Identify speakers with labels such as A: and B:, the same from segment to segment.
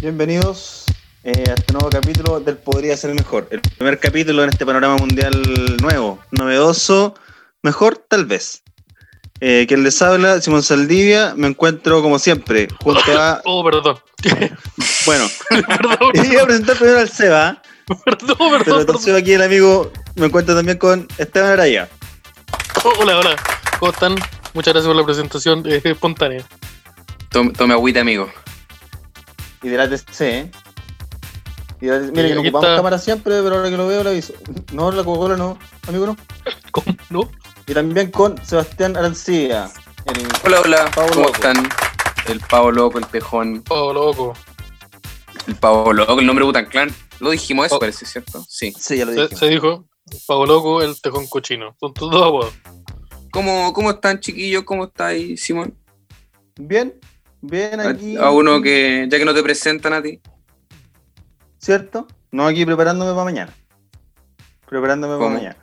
A: Bienvenidos eh, a este nuevo capítulo del Podría ser mejor. El primer capítulo en este panorama mundial nuevo, novedoso, mejor tal vez. Eh, quien les habla, Simón Saldivia, me encuentro como siempre, junto a...
B: Oh, perdón.
A: Bueno,
B: perdón,
A: iba a presentar primero al Seba,
B: perdón,
A: pero
B: perdón, perdón.
A: entonces aquí el amigo me encuentro también con Esteban Araya.
B: Oh, hola, hola. ¿Cómo están? Muchas gracias por la presentación eh, espontánea.
C: Tome, tome agüita, amigo.
A: Y de la TC, ¿eh? Y de la TC. Mira,
B: Y
A: que no
B: aquí
A: ocupamos
B: está.
A: cámara siempre, pero ahora que lo veo lo aviso. No, la Coca-Cola no, amigo no.
B: ¿Cómo? ¿No?
A: Y también con Sebastián Arancía. el-
C: Hola, hola.
A: Pavo
C: ¿Cómo
A: loco.
C: están? El pavo loco, el tejón,
B: Oh, loco.
C: el pavo loco, el nombre Butan Clan. Lo dijimos eso,
B: Oh.
C: parece, ¿cierto? Sí.
A: Sí, ya lo
B: Se,
A: dije.
B: se dijo, Pavo Loco, el tejón cochino. Son tus dos apodos.
C: ¿Cómo, cómo están, chiquillos? ¿Cómo está ahí, Simón?
A: Bien, bien
C: A,
A: aquí.
C: a Ah, uno que, ya que no te presentan a ti,
A: ¿Cierto? No aquí preparándome para mañana. Preparándome para
C: ¿Cómo?
A: mañana.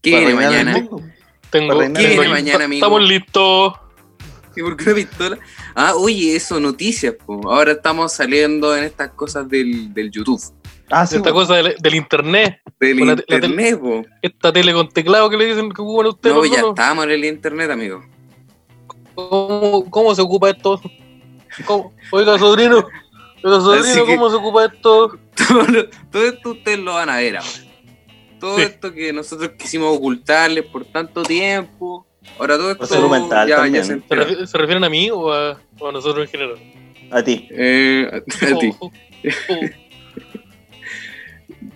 C: ¿qué
A: Para
C: viene
A: reinar el
C: mañana?
A: mundo.
B: Tengo,
A: Para reinar Ah,
B: tengo-
A: el mundo.
C: Mañana,
B: ta-
C: amigo.
B: Estamos listos.
C: ¿Y por qué una pistola? Ah, oye, eso, noticias, po. Ahora estamos saliendo en estas cosas del, del YouTube,
A: Ah, sí.
B: Esta
A: bueno.
B: cosa del, del internet.
C: del
B: Con la te- la tele-
C: internet, po.
B: Esta tele con teclado que le dicen que ocupan ustedes.
C: No, ya
B: ¿no?
C: estamos en el internet, amigo.
B: ¿Cómo, ¿Cómo se ocupa esto? ¿Cómo? Oiga, sobrino. Oiga, sobrino,
C: Así que-
B: ¿cómo se ocupa esto?
C: todo, lo- todo esto ustedes lo van a ver ahora. Todo
B: Sí.
C: esto que nosotros quisimos ocultarles por tanto tiempo. Ahora todo esto
A: salud mental
C: ya,
A: también.
C: ya se
B: ¿Se,
C: entera.
B: refi- se refieren a mí o a, o a nosotros en general?
A: A ti.
C: Eh, a ti.
B: Oh, oh, oh.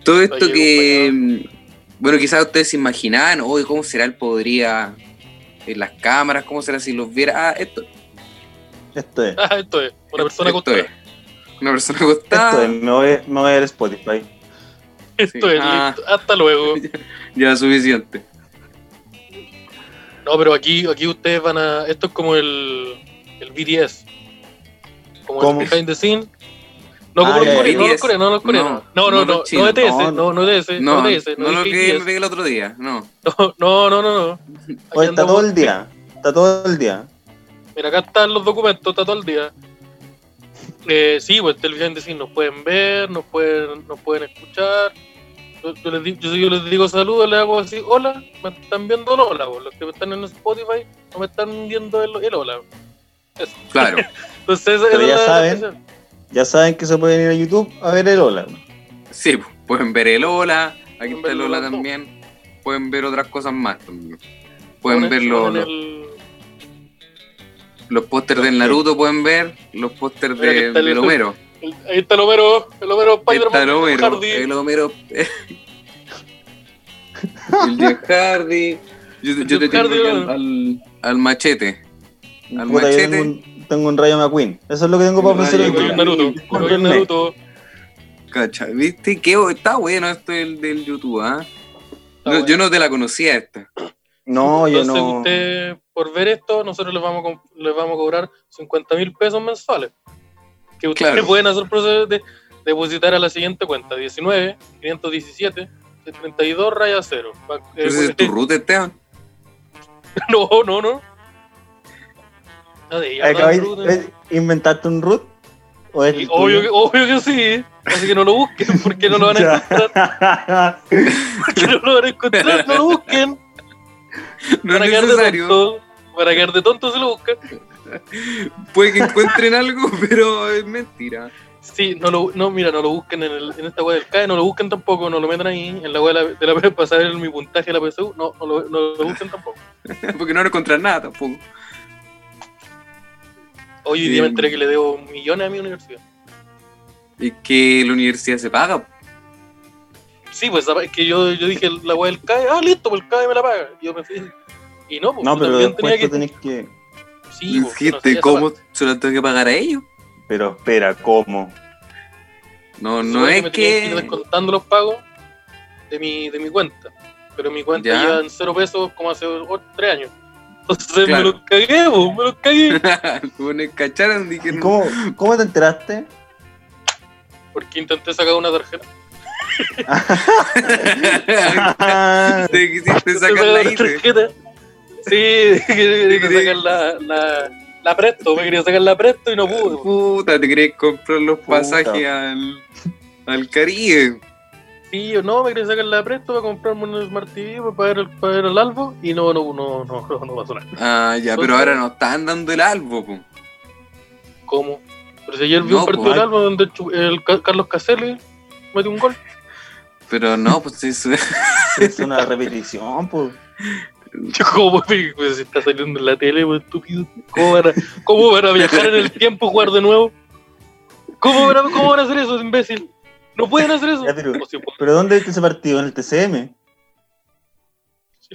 C: Todo esto
B: Oye,
C: que. mm, Bueno, quizás ustedes se imaginaban, hoy cómo será el podría en las cámaras, cómo será si los viera. Ah, esto,
A: Esto es.
B: Ah, esto es. Una persona
C: esto
B: acostada.
C: es. Una persona
A: Esto
C: acostada.
A: es. Me voy, me voy a ir a Spotify.
B: Esto
C: Sí.
B: es,
C: Ah.
B: listo. hasta luego.
C: Ya suficiente.
B: No, pero aquí, aquí ustedes van a. Esto es como el, el BTS. Como
A: ¿Cómo?
B: el behind the scene. No,
A: Ah,
B: como
A: ya, ya.
B: los coreanos, no los
C: BTS.
B: coreanos, no los coreanos. No, no, no,
C: no,
B: no,
C: los
B: no
C: chinos.
B: ETS, no,
A: No,
B: no ETS,
C: No,
B: no
C: no,
B: ETS, no
C: lo que me
B: BTS.
C: pegué el otro día, no.
B: No, no, no, no. no. Aquí
A: Oye, está
B: andamos-
A: todo el día. Está todo el día.
B: Mira, acá están los documentos, está todo el día. Eh, sí, pues el behind the scene nos pueden ver, nos pueden, nos pueden escuchar. Yo, yo les, di- yo, yo les digo saludos, les hago así, hola, me están viendo el hola, vos. los que me están en Spotify no me están viendo el, el hola.
C: Claro.
B: Entonces,
A: Pero
B: esa
A: ya
B: es la-
A: saben. Ya saben que se pueden ir a YouTube a ver el hola.
C: Sí, pues, pueden ver el Ola, aquí
B: Pueden
C: está
B: ver
C: el
B: el Ola
C: Ola
B: todo.
C: también. Pueden ver otras cosas más también.
B: ponen-
C: Pueden ver los,
B: ponen
C: los,
B: el-
C: los pósters del Naruto, pueden ver los pósters
B: Mira que
C: de,
B: está el-
C: del Homero.
B: el- ahí está el Homero, el Homero
C: Ahí está
B: Spider-Man,
C: el
B: el
C: Homero,
B: Hardy.
C: el Homero. el de Hardy. Yo, yo te
B: Jeff Hardy,
C: tengo aquí al,
B: bueno.
C: al, al machete. Al
A: Puta, yo tengo
C: machete.
A: un, tengo un Rayo McQueen. Eso es lo que tengo para
C: Un
A: ofrecer hoy
C: Rayo
B: Con el
A: día.
B: Naruto, con el
A: Discúlpenme.
B: Naruto.
C: Cacha, ¿viste? Qué, bo- está bueno esto del, del YouTube, ¿ah?
B: Está
C: No,
B: bueno. Eh,
C: Yo no te la conocía esta.
A: No, yo
B: Entonces,
A: no.
B: usted, por ver esto, nosotros les vamos a, co- les vamos a cobrar 50 mil pesos mensuales. Que ustedes
C: Claro.
B: pueden hacer proceso de depositar a la siguiente cuenta: 19, 517, 32, raya 0.
C: Pero ese es tu ruta, Esteban.
B: no, no, no. Nadie, ya,
A: Acabáis-
B: Naruto.
A: eh, ¿Inventaste un root? ¿O es
B: Y
A: el
B: obvio, que,
A: tuyo?
B: obvio que sí, así que no lo busquen porque no lo van a
A: Ya.
B: encontrar. Porque no lo van a encontrar, no lo busquen.
C: No
B: Van a
C: es
B: quedar de
C: necesario.
B: tonto. Van a quedar de tonto si lo buscan.
C: Puede que encuentren algo, pero es mentira.
B: Sí, no, lo, no mira, no lo busquen en, el- en esta web del CAE, no lo busquen tampoco, no lo metan ahí en la web de la, de la E para saber mi puntaje de la PSU, no, no lo, no lo busquen tampoco.
C: Porque no van a encontrar nada tampoco.
B: Hoy
C: Sí.
B: día me enteré que le debo millones a mi universidad.
C: Y que la universidad se paga.
B: Sí, pues es que yo, yo dije la web del CAE, ah, listo, pues el CAE me la paga. Y yo me fui. Y no, pues
A: No,
B: yo
A: pero
B: también
A: después
B: tenía
A: tú
B: que.
A: tenés que.
B: Sí, pues, yo no
C: Dijiste,
B: sabía esa
C: ¿cómo se la tengo que pagar a ellos?
A: Pero espera, ¿cómo?
C: No,
B: parte.
C: no
B: Solo
C: es
B: me tenían ir
C: que.
B: descontando los pagos de mi, de mi cuenta. Pero mi cuenta
C: Ya.
B: ya, en cero pesos como hace o- tres años. Entonces me
C: Claro.
B: los cagué, pues, me los cagué.
C: bueno, cacharon,
A: ¿Y
C: dijeron.
A: cómo, cómo te enteraste?
B: Porque intenté sacar una tarjeta.
C: Te quisiste
B: Te
C: sacar
B: saca
C: la
B: la
C: ICE.
B: tarjeta. Sí, quería sacar la, la, la presto, me quería sacar la presto y no pude. po.
C: Puta, te querés comprar los
A: Puta.
C: pasajes al, al Caribe.
B: Sí, yo no, me quería sacar la presto para comprarme un Smart TV para ver, el- para ver el albo y no, no, no, no, no, no pasó nada.
C: Ah, ya, pero ahora no están dando el álbum. po.
B: ¿Cómo? Pero si ayer vi
C: No,
B: un
C: pues,
B: partido del
C: al-
B: albo donde chu- el Ca- Carlos Caselli metió un gol.
C: Pero no, pues eso.
A: Es una repetición, pues.
B: Yo, ¿Cómo? Pues si está saliendo en la tele, pues, estúpido. ¿Cómo van, a, ¿Cómo van a viajar en el tiempo y jugar de nuevo? ¿Cómo van, a, ¿Cómo van a hacer eso, imbécil? No pueden hacer eso.
A: Ya, pero-
B: O sí,
A: ¿Pero dónde viste ese partido? ¿En el TCM?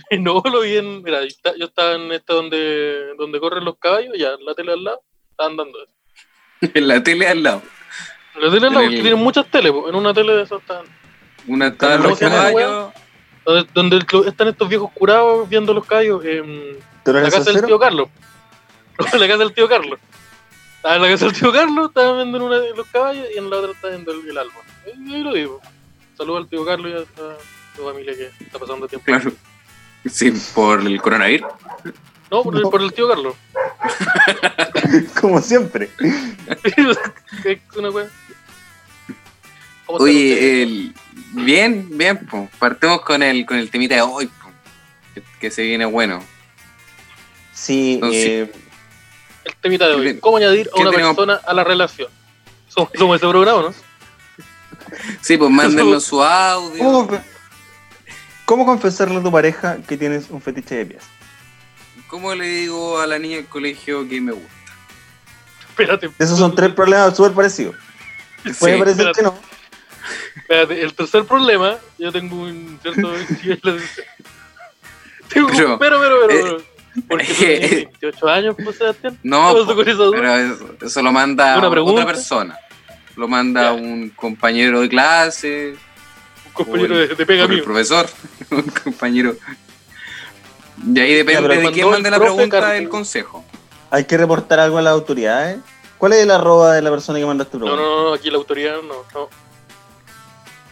B: pues, no, lo vi en. Mira, yo esta- yo estaba en esta donde, donde corren los caballos, ya, en la tele al lado, estaban dando eso.
C: En la tele al lado.
B: En la tele al lado,
C: En el-
B: porque tienen muchas teles, pues, en una tele de esas están.
C: Una está en
A: ¿Cómo
C: los
A: se llama
B: la
C: caballos.
B: Donde, donde el- están estos viejos curados viendo los caballos. em,
A: ¿Tú
B: la
A: eres
B: casa del tío Carlos. la casa del tío Carlos. Estaba en la casa del tío Carlos, estaba viendo en una de los caballos y en la otra estaba viendo el, el álbum. Y ahí lo digo. Saludo al tío Carlos y a, a su familia que está pasando tiempo.
C: Claro. Sí, por el coronavirus.
B: No, por, El,
A: No.
B: por el tío Carlos.
A: Como siempre.
B: es una wea. ¿Cómo están
C: Oye,
B: ustedes?
C: el... bien, bien, po. partimos con el, con el temita de hoy, po. Que, que se viene bueno.
A: Sí,
C: No, sí.
A: eh,
B: el temita de hoy.
C: ¿qué-
B: ¿Cómo añadir a
C: qué
B: una
C: tenemos?
B: persona a la relación? Somos, somos ese programa, ¿no?
C: Sí, pues mándenos su audio.
A: ¿cómo, confe- cómo confesarle a tu pareja que tienes un fetiche de pies?
C: ¿Cómo le digo a la niña del colegio que me gusta?
B: Espérate.
A: Esos son tres problemas súper parecidos. Puede
C: Sí.
A: parecer
B: pero-
A: que no.
B: Espérate, el tercer problema, yo tengo un cierto nivel de adicción. Tengo un-
C: Pero,
B: pero, pero, pero,
C: eh,
B: pero. Porque tú
C: eh,
B: tienes 28 años, pues, Sebastián.
C: No,
B: ¿Cómo
C: po,
B: tú con esa duda?
C: pero eso, eso lo manda
B: ¿Una pregunta?
C: otra persona. Lo manda
B: Ya.
C: un compañero de clase,
B: Un compañero de, de pega
C: por el
B: mío.
C: profesor, un compañero. Y ahí
A: pero
C: depende de
B: cuando
C: quién mande
B: el
C: la
B: profe
C: pregunta
B: Carlos-
C: del consejo.
A: Hay que reportar algo a las autoridades. ¿Cuál es el arroba de la persona que mandaste
B: No, no,
A: pregunta?
B: no, no, aquí la autoridad no, no.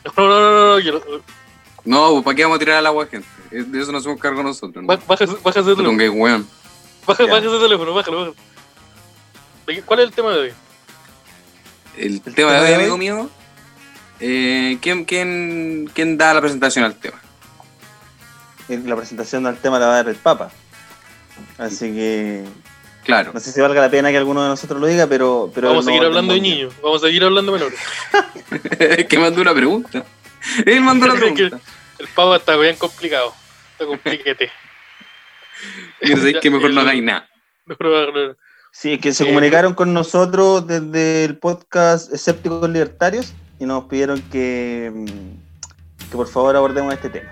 B: No, no, no, no, no, aquí la-
C: No, pues, ¿para qué vamos a tirar al agua, gente? Es- De eso nos hacemos cargo nosotros. ¿no?
B: ba- baja, ese- baja ese teléfono,
C: Con que, weón.
B: baja,
A: ya.
B: baja ese teléfono, bájalo, bájalo. ¿De qué- ¿Cuál es el tema de hoy?
C: El tema de hoy, amigo mío. eh, ¿quién, quién, quién da la presentación al tema?
A: La presentación del tema la va a dar el Papa. Así que
C: Claro.
A: no sé si valga la pena que alguno de nosotros lo diga, pero... pero
B: vamos a
A: no
B: seguir hablando de
A: tengo-
B: niños, vamos a seguir hablando de menores.
C: que mandó una pregunta. Él mandó la pregunta.
B: El pavo está bien complicado, está compliquete.
C: Y dice que mejor no hagáis nada.
B: No, no, no, no.
A: Sí, que se
B: Eh,
A: comunicaron con nosotros desde el podcast Escépticos Libertarios y nos pidieron que, mm, que por favor abordemos este tema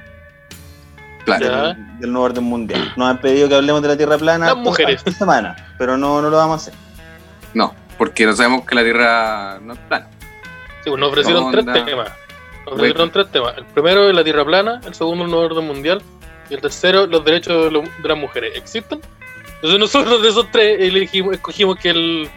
C: Claro.
B: Ya.
A: del, del nuevo orden mundial. Nos han pedido que hablemos de la Tierra plana
B: Las
A: toda
B: mujeres.
A: esta semana, pero no, no lo vamos a hacer.
C: No, porque no sabemos que la Tierra no es plana.
B: Sí, pues nos ofrecieron
C: No,
B: tres
C: onda.
B: temas. Nos ofrecieron tres temas. El primero es la Tierra plana, el segundo el nuevo orden mundial y el tercero los derechos de, lo- de las mujeres. ¿Existen? Entonces nosotros de esos tres elegimos, escogimos que el,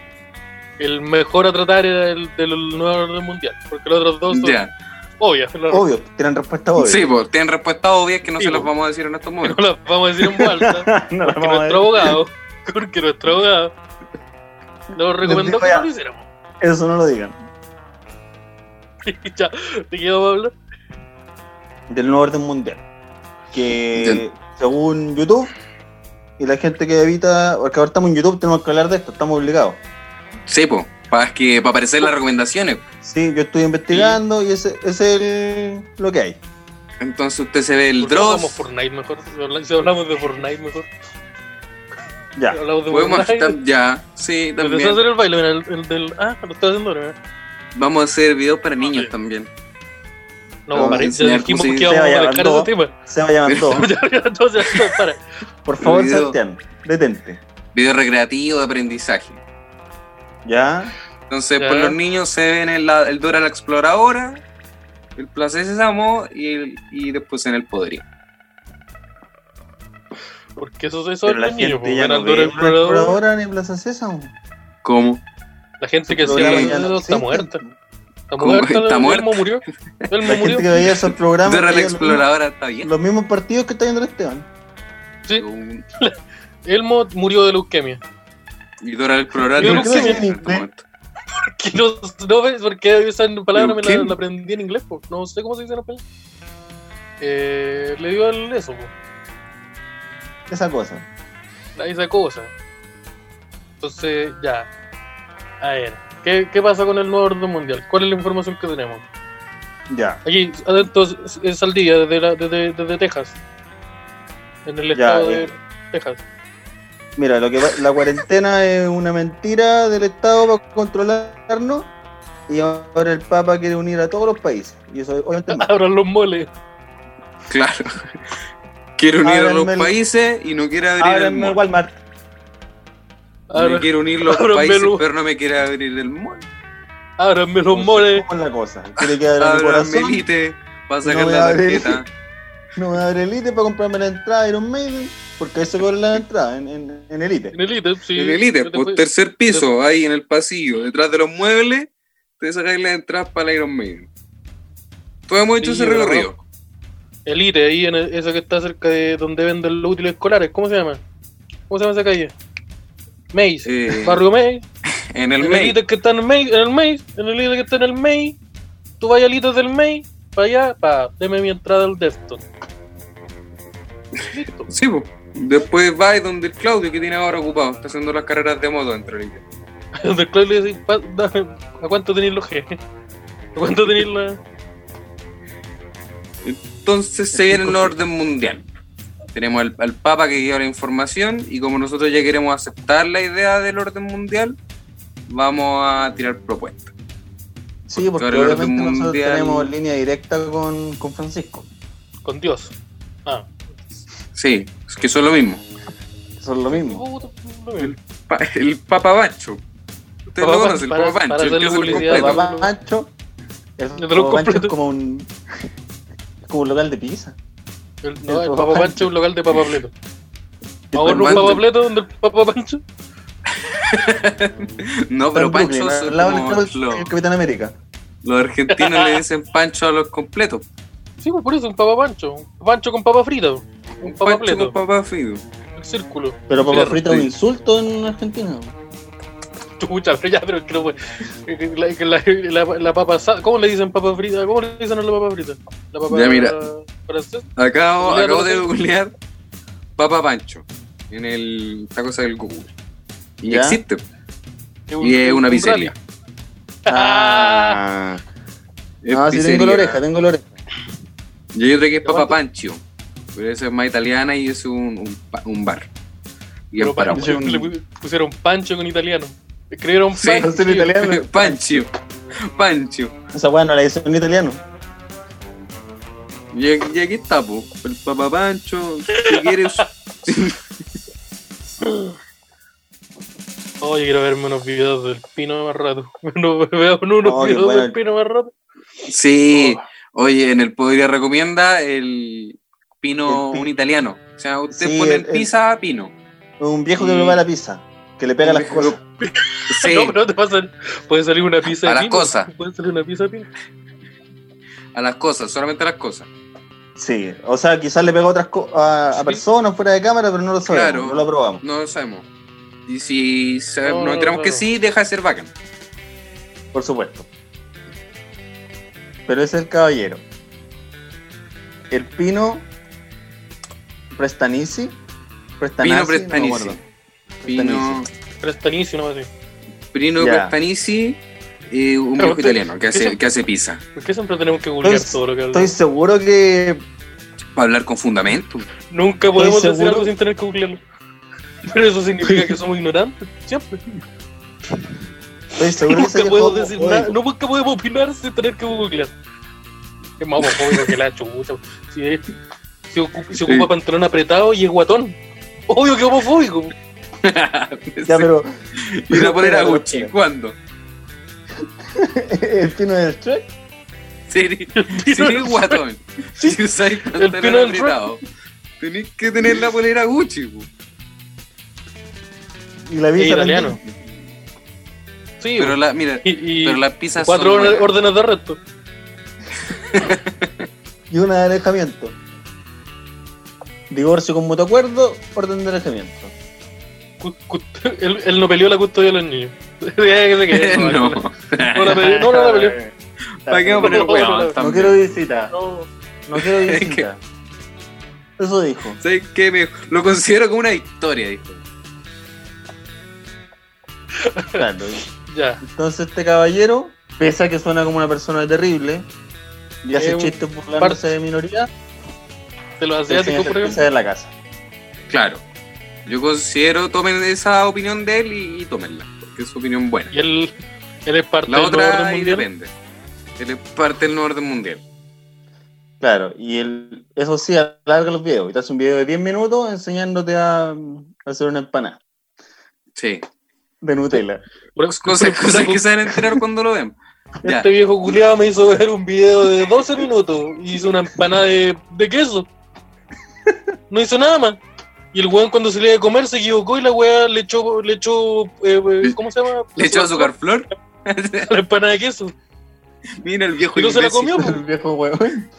B: el mejor a tratar era el del nuevo orden mundial, porque los otros dos son
C: Ya.
B: obvias, la-
A: Obvio, tienen respuesta obvia.
C: Sí, pues tienen respuestas obvias que no
B: Sí,
C: se las
B: po.
C: vamos a decir en estos
B: que
C: momentos.
B: no las vamos a decir en voz alta,
A: no lo
B: porque
A: vamos a
B: nuestro
A: ver.
B: abogado, porque nuestro abogado nos recomendó
A: dijo
B: que
A: ya.
B: no lo hiciéramos.
A: Eso no lo digan.
B: ya, ¿de qué vamos a hablar?
A: Del nuevo orden mundial. Que según YouTube y la gente que evita, porque ahora estamos en YouTube, tenemos que hablar de esto, estamos obligados.
C: Sí, pues. Para que para aparecer las recomendaciones.
A: Sí, yo estoy investigando y ese, ese es el- lo que hay.
C: Entonces usted se ve el
B: ¿Por qué no hablamos
C: Dross.
B: Fortnite mejor? Si habla- Si hablamos de Fortnite mejor.
A: Ya.
B: Si hablamos de
C: Podemos
B: Fortnite.
C: tam- ya, sí,
B: Pero empezó
C: también.
B: a hacer el baile, mira, el, el del. Ah, lo estoy haciendo ahora. mira.
C: Vamos a hacer videos para niños
B: Ok.
C: también.
B: No,
A: Vamos a
B: pare- ya
C: enseñar
B: dijimos
C: cómo se
B: que íbamos a
A: dice,
B: dejar ese
A: vaya,
B: tema.
A: Se va a llamar todo.
B: Ya, Entonces, no, para.
A: Por favor,
C: Olvido.
A: Sebastián, detente.
C: Videos recreativos de aprendizaje.
A: ¿Ya?
C: Entonces,
B: Ya.
C: pues los niños se ven en la, el Dora la Exploradora, el Placer Sésamo y, el- y después en el Poderío.
B: Porque eso, eso es
A: Pero la
B: los niños,
A: gente
B: pues,
A: ya no
B: ganando
A: ve
B: el explorador.
A: Exploradora ni Plaza Sésamo.
C: ¿Cómo?
B: La gente que
A: Esos
B: se
A: programas
B: llama
A: ya no
B: eso está
A: existen.
B: muerta. Está
C: ¿Cómo?
B: muerta.
C: Está
B: el
C: muerta.
B: Elmo murió. El
A: La
B: Elmo
A: gente que
B: murió.
A: veía esos programas
C: Dora la
A: veía los mismos-
C: Exploradora está bien.
A: los mismos partidos que está viendo el Esteban.
B: Sí.
C: Un-
B: Elmo murió de leucemia.
C: Y Dora el Colorado.
B: Yo no
C: sí,
B: sé,
C: en este
A: ¿eh?
C: momento.
B: Que no, no ves porque esa palabra me la,
C: ¿Leucemia?
B: la aprendí en inglés, po. no sé cómo se dice en español. Eh, le dio al eso, po,
A: Esa cosa.
B: a esa cosa. Entonces, ya. A ver, ¿qué, qué pasa con el nuevo orden mundial? ¿Cuál es la información que tenemos?
A: Ya.
B: Aquí, adentro, en Saldivia, desde, la- desde, desde Texas. En el
A: Ya,
B: estado de
A: eh.
B: Texas.
A: Mira, lo que va- la cuarentena es una mentira del Estado para controlarnos. Y ahora el Papa quiere unir a todos los países. Y eso obviamente es malo.
B: Abran los moles.
C: Claro. Quiere unir a los
A: Ábranme el-
C: países y no quiere abrir el
A: Ábranme el
C: mall.
A: Walmart.
C: Me
B: Abran,
C: quiere unir los
B: ábranme
C: países,
B: el-
C: pero no me quiere abrir el mall.
B: ábranme los moles.
A: ¿Cómo es la cosa? Quiere que abra mi
C: Ábranme
A: corazón.
C: el ITE para sacar
A: voy a
C: la
A: abrir.
C: tarjeta.
A: No me abre el ITE para comprarme la entrada de Iron Maiden. Porque ahí se cobran la entrada en, en, en el ITE.
B: En el ITEP, sí.
C: En el ITE,
B: Yo te
C: pues,
B: fui-
C: tercer piso, ahí en el pasillo, detrás de los muebles, te sacáis la entrada para el Iron Maiden. Todos hemos hecho
B: Sí,
C: ese
B: ¿verdad?
C: recorrido.
B: El ITE, ahí en el- esa que está cerca de donde venden los útiles escolares. ¿Cómo se llama? ¿Cómo se llama esa calle? Mays.
C: Eh,
B: Barrio Mays.
C: en el
B: En el
C: Maiden.
B: ITE que está en el Mays. En el Mays. En el ITE que está en el Mays. Tú vayas al ITE del Mays. Para allá. Pa. Deme mi entrada al Defton. Listo.
C: Sí, pues. Después va y donde el Claudio, que tiene ahora ocupado, está haciendo las carreras de moto dentro del ITE.
B: Donde el Claudio le dice, "Pa- dame, ¿a cuánto tenéis los G? ¿A cuánto tenéis la...?
C: Entonces se viene el orden mundial. Tenemos al, al Papa que guía la información y como nosotros ya queremos aceptar la idea del orden mundial, vamos a tirar propuestas.
A: Sí, porque
C: Claro, el orden
A: obviamente nosotros
C: mundial.
A: tenemos línea directa con, con Francisco.
B: Con Dios. Ah.
C: Sí, es que son lo mismo.
A: Eso es lo mismo.
B: Puta, lo mismo.
C: Pa- el Papa Pancho. Ustedes
B: Papa
C: lo
B: Pancho,
C: conocen, el
B: para-
C: Papa Pancho,
B: para
C: el que
B: hacerle
C: hace el
B: publicidad,
A: El
C: completo.
A: Papa Pancho, el
B: Yo te lo
A: Papa Pancho
B: completo.
A: es como un es como un local de pizza.
B: El, no,
A: El
B: el
A: Papa
B: Papa Pancho
A: Pancho.
B: es un local de Papa Pleto.
C: Papa
B: Ahora un
C: Pancho.
B: Papa Pleto donde el Papa Pancho.
C: No,
A: Está
C: pero
A: en Brooklyn,
C: Pancho es
A: al lado del
C: como
A: Capitán-
C: los,
A: el Capitán América.
C: los argentinos le dicen Pancho a los completos.
B: Sí, pues por eso, un Papa Pancho. Un Pancho con papa frita. Un Papa
C: Pancho
B: Pleto.
C: con Papa Fido.
B: El círculo.
A: Pero Papa
C: Claro,
A: Frita es un
C: sí.
A: insulto en Argentina.
B: Chucha, pero ya, pero creo que la, que la, la, la papa asada- ¿Cómo le dicen papa frita? ¿Cómo le dicen a la papa frita? La papa
C: Ya, mira.
B: francesa.
C: Acabo,
B: Ya,
C: acabo
B: no sé.
C: de googlear Papa Pancho en el, esta cosa del Google. Y
A: ¿Ya?
C: existe,
B: Es un-
C: y es una
B: un
C: pizzería.
B: rally.
A: Ah,
C: Es
B: Ah,
A: no, sí tengo
C: pizzería.
A: la oreja, tengo la oreja.
C: Y hay otra que es Papa
B: ¿Cuánto?
C: Pancho, pero esa es más italiana y es un, un, pa- un bar. Y
B: Pero
C: es para
B: Pancho,
A: Paraguay.
B: le pu- pusieron Pancho con italiano. Escribieron
C: Sí,
B: Pancho.
A: Es en italiano.
C: Pancho. Pancho.
A: Esa weá no la dice en italiano.
C: Y, aquí- y aquí está, po. El Papa Pancho, si quieres.
B: Oye, quiero verme unos videos del pino más rato. No, veamos unos
A: Oh, qué
B: videos
A: bueno.
B: del pino más rato.
C: Sí. Oye, en el Podría recomienda el pino,
A: El pi-
C: un italiano. O sea, ustedes
A: Sí,
C: ponen
A: el- el-
C: pizza a pino.
A: Un viejo que
C: Y-
A: prepara pizza, que le pega
C: Un
A: las
C: viejo
A: cosas.
C: Sí,
B: No, pero no te pasa. Puede salir una pizza
C: A
B: de
C: las
B: pino.
C: cosas.
B: Puede salir una pizza de pino.
C: a las cosas, solamente a las cosas.
A: Sí, o sea, quizás le pega a otras co- a, a
B: Sí.
A: personas fuera de cámara, pero no lo sabemos,
C: Claro.
A: no lo probamos.
C: No lo sabemos. Y si sabe-
B: No,
C: nos
B: no,
C: enteramos
B: no.
C: que sí, deja de ser bacán.
A: Por supuesto. Pero es el caballero. El pino Prestanisi. Prestanasi,
C: Pino
A: no me
C: Prestanisi.
A: acuerdo.
C: Pino,
B: Pero está tanísimo, no sé.
C: Pino
A: Ya.
C: Prestanisi, eh, un
B: Pero
C: viejo
B: usted-
C: italiano que hace,
B: eso-
C: que hace pizza.
B: ¿Por qué siempre tenemos que googlear
A: Estoy-
B: todo lo que
A: Estoy
B: hablamos?
A: seguro que
C: Para hablar con fundamento.
B: Nunca podemos decir
A: seguro-
B: algo sin tener que googlearlo. Pero eso significa que somos ignorantes, siempre.
A: estoy seguro que
B: Nunca
A: ese
B: podemos
A: viejo
B: decir
A: homofóbico.
B: nada, no, nunca podemos opinar sin tener que googlear. Es más homofóbico que la chucha. Si, es- si ocupa, si ocupa
C: Sí.
B: pantalón apretado y es guatón. Obvio que homofóbico.
A: Ya, pero
C: y una polera
A: Pero-
C: Gucci. ¿Cuándo?
A: el pino del Shrek.
C: Sí, Si eres guatón, si usáis
B: pino
C: pantalón
B: del
C: apretado, tenés que tener la polera Gucci. po.
A: y la
B: Es
A: visa
B: italiano.
A: también.
B: Sí,
C: Pero la, mira,
B: y, y
C: pero las pizzas
B: cuatro
C: son
B: órdenes-
C: buenas.
B: órdenes de arresto.
A: Y un alejamiento. Divorcio con mutuo acuerdo, orden de alejamiento.
B: Cu- cu- Él, él no peleó la custodia de los niños. Ya que se quede, no,
C: no.
B: no la peleó. No, no la peleó.
C: ¿Para qué vamos a poner weón?
A: No
C: también?
A: quiero visita.
B: No.
A: No quiero
C: Es que-
A: visita. Eso dijo.
C: ¿Sabes qué? Me- Lo considero como una victoria, dijo.
A: Claro.
B: Ya.
A: Entonces este caballero, pese a que suena como una persona terrible, y hace
B: Es Eh, un
A: chistes burlándose de minoría,
B: De los
A: se enseña a
B: asiáticos, por
A: hacer
B: ejemplo.
A: pizza de la casa.
C: Claro. Yo considero, tomen esa opinión de él y, y tómenla, porque es opinión buena.
B: Y él, él es parte
C: La
B: del nuevo
C: otra
B: orden
C: ahí
B: mundial.
C: depende. Él es parte del nuevo orden mundial.
A: Claro, y el, eso sí, alarga los videos. Y te hace un video de 10 minutos enseñándote a, a hacer una empanada
C: Sí.
A: de Nutella.
B: Por-
C: Cosas,
B: por-
C: cosas
B: por-
C: que se van a enterar cuando lo ven. Ya.
B: Este viejo culiado me hizo ver un video de 12 minutos y hizo una empanada de, de queso. No hizo nada más. Y el weón cuando salía de comer se equivocó y la weá le echó, le echó eh, eh, ¿cómo se llama?
C: Le echó azúcar flor.
B: a la empanada de queso.
C: Mira el viejo
B: Y no se la
C: imbécil.
B: comió, po.
A: El viejo huevón.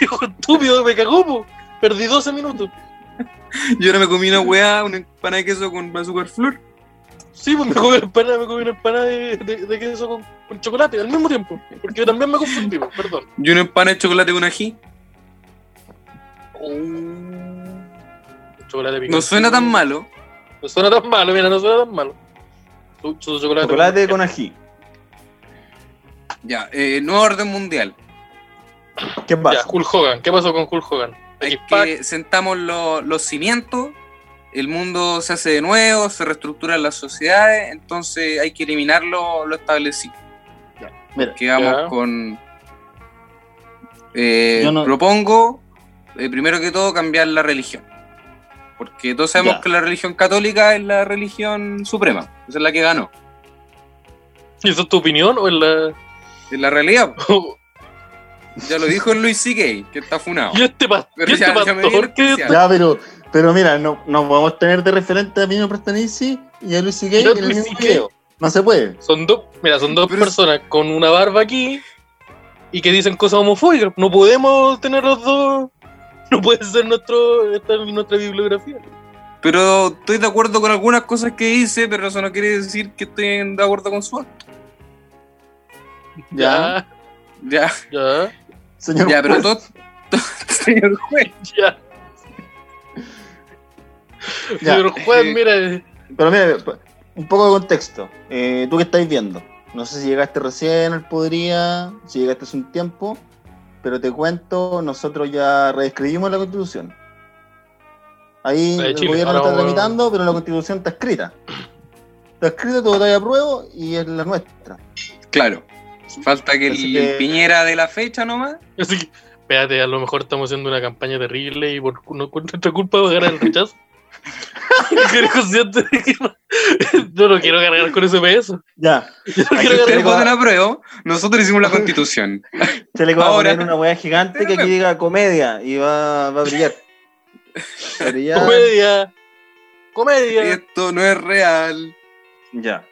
B: Viejo estúpido, me cagó, po. Perdí 12 minutos.
C: Yo no me comí una weá, una empanada de queso con azúcar flor.
B: Sí, pues me comí una empanada, me comí una empanada de, de- de queso con, con chocolate al mismo tiempo. Porque yo también me confundí, po, perdón.
C: Y una empanada de chocolate con ají.
B: Oh. Chocolate picante.
C: No suena tan malo.
B: No suena tan malo, mira, no suena tan malo. Su, su chocolate,
A: Chocolate con ají.
C: Ya, eh, nuevo orden mundial.
A: ¿Qué
B: Ya,
A: pasa?
B: Hulk Hogan. ¿Qué pasó con Hulk Hogan?
C: Es
B: X-Pac,
C: que sentamos lo- los cimientos, el mundo se hace de nuevo, se reestructuran las sociedades, entonces hay que eliminar lo, lo establecido.
A: Mira,
C: Quedamos
B: Ya.
C: con... eh,
A: Yo no-
C: Propongo, eh, primero que todo, cambiar la religión. Porque todos sabemos
A: Ya.
C: que la religión católica es la religión suprema, esa es la que ganó.
B: ¿Eso es tu opinión o es la.?
C: Es la realidad, ya lo dijo el Luis C.K., que está funado.
B: ¿Y este, pas-
C: Pero
B: y este
C: ya- ya me viene
B: pastor? ¿Qué-
C: especial.
A: ya, pero, pero mira, no, no podemos tener de referente a Pino Prestanici y a Luis C.K.
B: Y a
A: en el
B: Luis
A: mismo
B: CK.
A: video. No se puede.
B: Son dos, mira, son dos
C: Pero-
B: personas con una barba aquí y que dicen cosas homofóbicas. No podemos tener los dos. No puede ser nuestro, esta es nuestra bibliografía.
C: Pero estoy de acuerdo con algunas cosas que dice, pero eso no quiere decir que estoy en- de acuerdo con su acto.
A: Ya,
C: Ya,
B: ya,
A: señor.
C: ya, pero
A: juez.
C: todo. todo- Señor juez.
B: ya.
A: Ya. Eh,
B: Pero juez, mira,
A: Pero mira, un poco de contexto. Eh, Tú que estáis viendo, no sé si llegaste recién al Podría, si llegaste hace un tiempo, pero te cuento, nosotros ya reescribimos la constitución. Ahí
B: La de
A: el
B: Chile,
A: gobierno
B: ahora
A: está
B: vamos a-
A: tramitando, pero la constitución está escrita. Está escrita, tú votáis a prueba y es la nuestra.
C: Claro. Falta que
A: Así
C: el,
A: que-
C: piñera de la fecha nomás.
B: así que, espérate, a lo mejor estamos haciendo una campaña terrible y por cu- no- por nuestra culpa va a ganar el rechazo. Estoy consciente de que no- Yo no quiero cargar con ese peso.
A: Ya,
B: Yo no
C: Aquí
B: quiero
C: ustedes
B: cargar con
C: votan a prueba. Nosotros hicimos la constitución.
A: se le va a
C: Ahora-
A: poner una weá gigante que aquí diga comedia y va, va a brillar. Va a brillar.
B: comedia. Comedia.
C: Esto no es real.
A: Ya.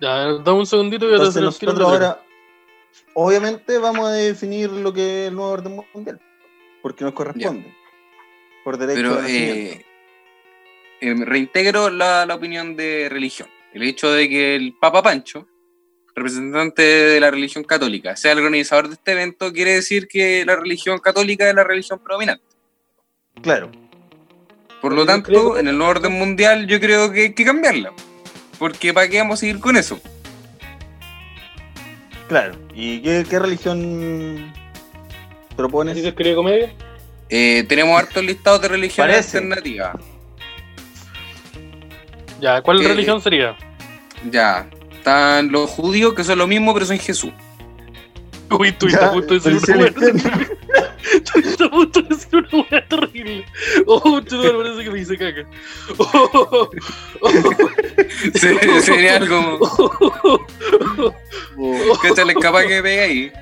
B: Ya, dame un segundito y voy a
A: Entonces
B: hacer el tiro
A: nosotros ahora, obviamente vamos a definir lo que es el nuevo orden mundial, porque nos corresponde, por derecho
C: Pero
A: de nacimiento.
C: eh, em, reintegro la, la opinión de religión. El hecho de que el Papa Pancho, representante de la religión católica, sea el organizador de este evento, quiere decir que la religión católica es la religión predominante.
A: Claro,
C: Por lo
B: Yo
C: tanto,
B: creo-
C: en el nuevo orden mundial yo creo que hay que cambiarla. Porque ¿para qué vamos a seguir con eso?
A: claro. ¿Y qué, qué religión
B: ¿Así
A: propones?
B: se escribe comedia?
C: Eh, tenemos hartos listados de religiones
A: Parece.
C: alternativas.
B: Ya, ¿cuál
C: Eh,
B: religión sería?
C: Ya, están los judíos que son lo mismo pero son Jesús.
B: Uy, tú
A: Ya,
B: estás a punto de decir
A: pero
B: una
A: sí
B: hueá
A: lo
B: terrible. Tú estás a punto de decir una hueá terrible. Oh, tú me parece que me hice caca. Oh,
C: Se- Sería algo...
B: oh, oh.
C: Cáchale, capaz que ve ahí.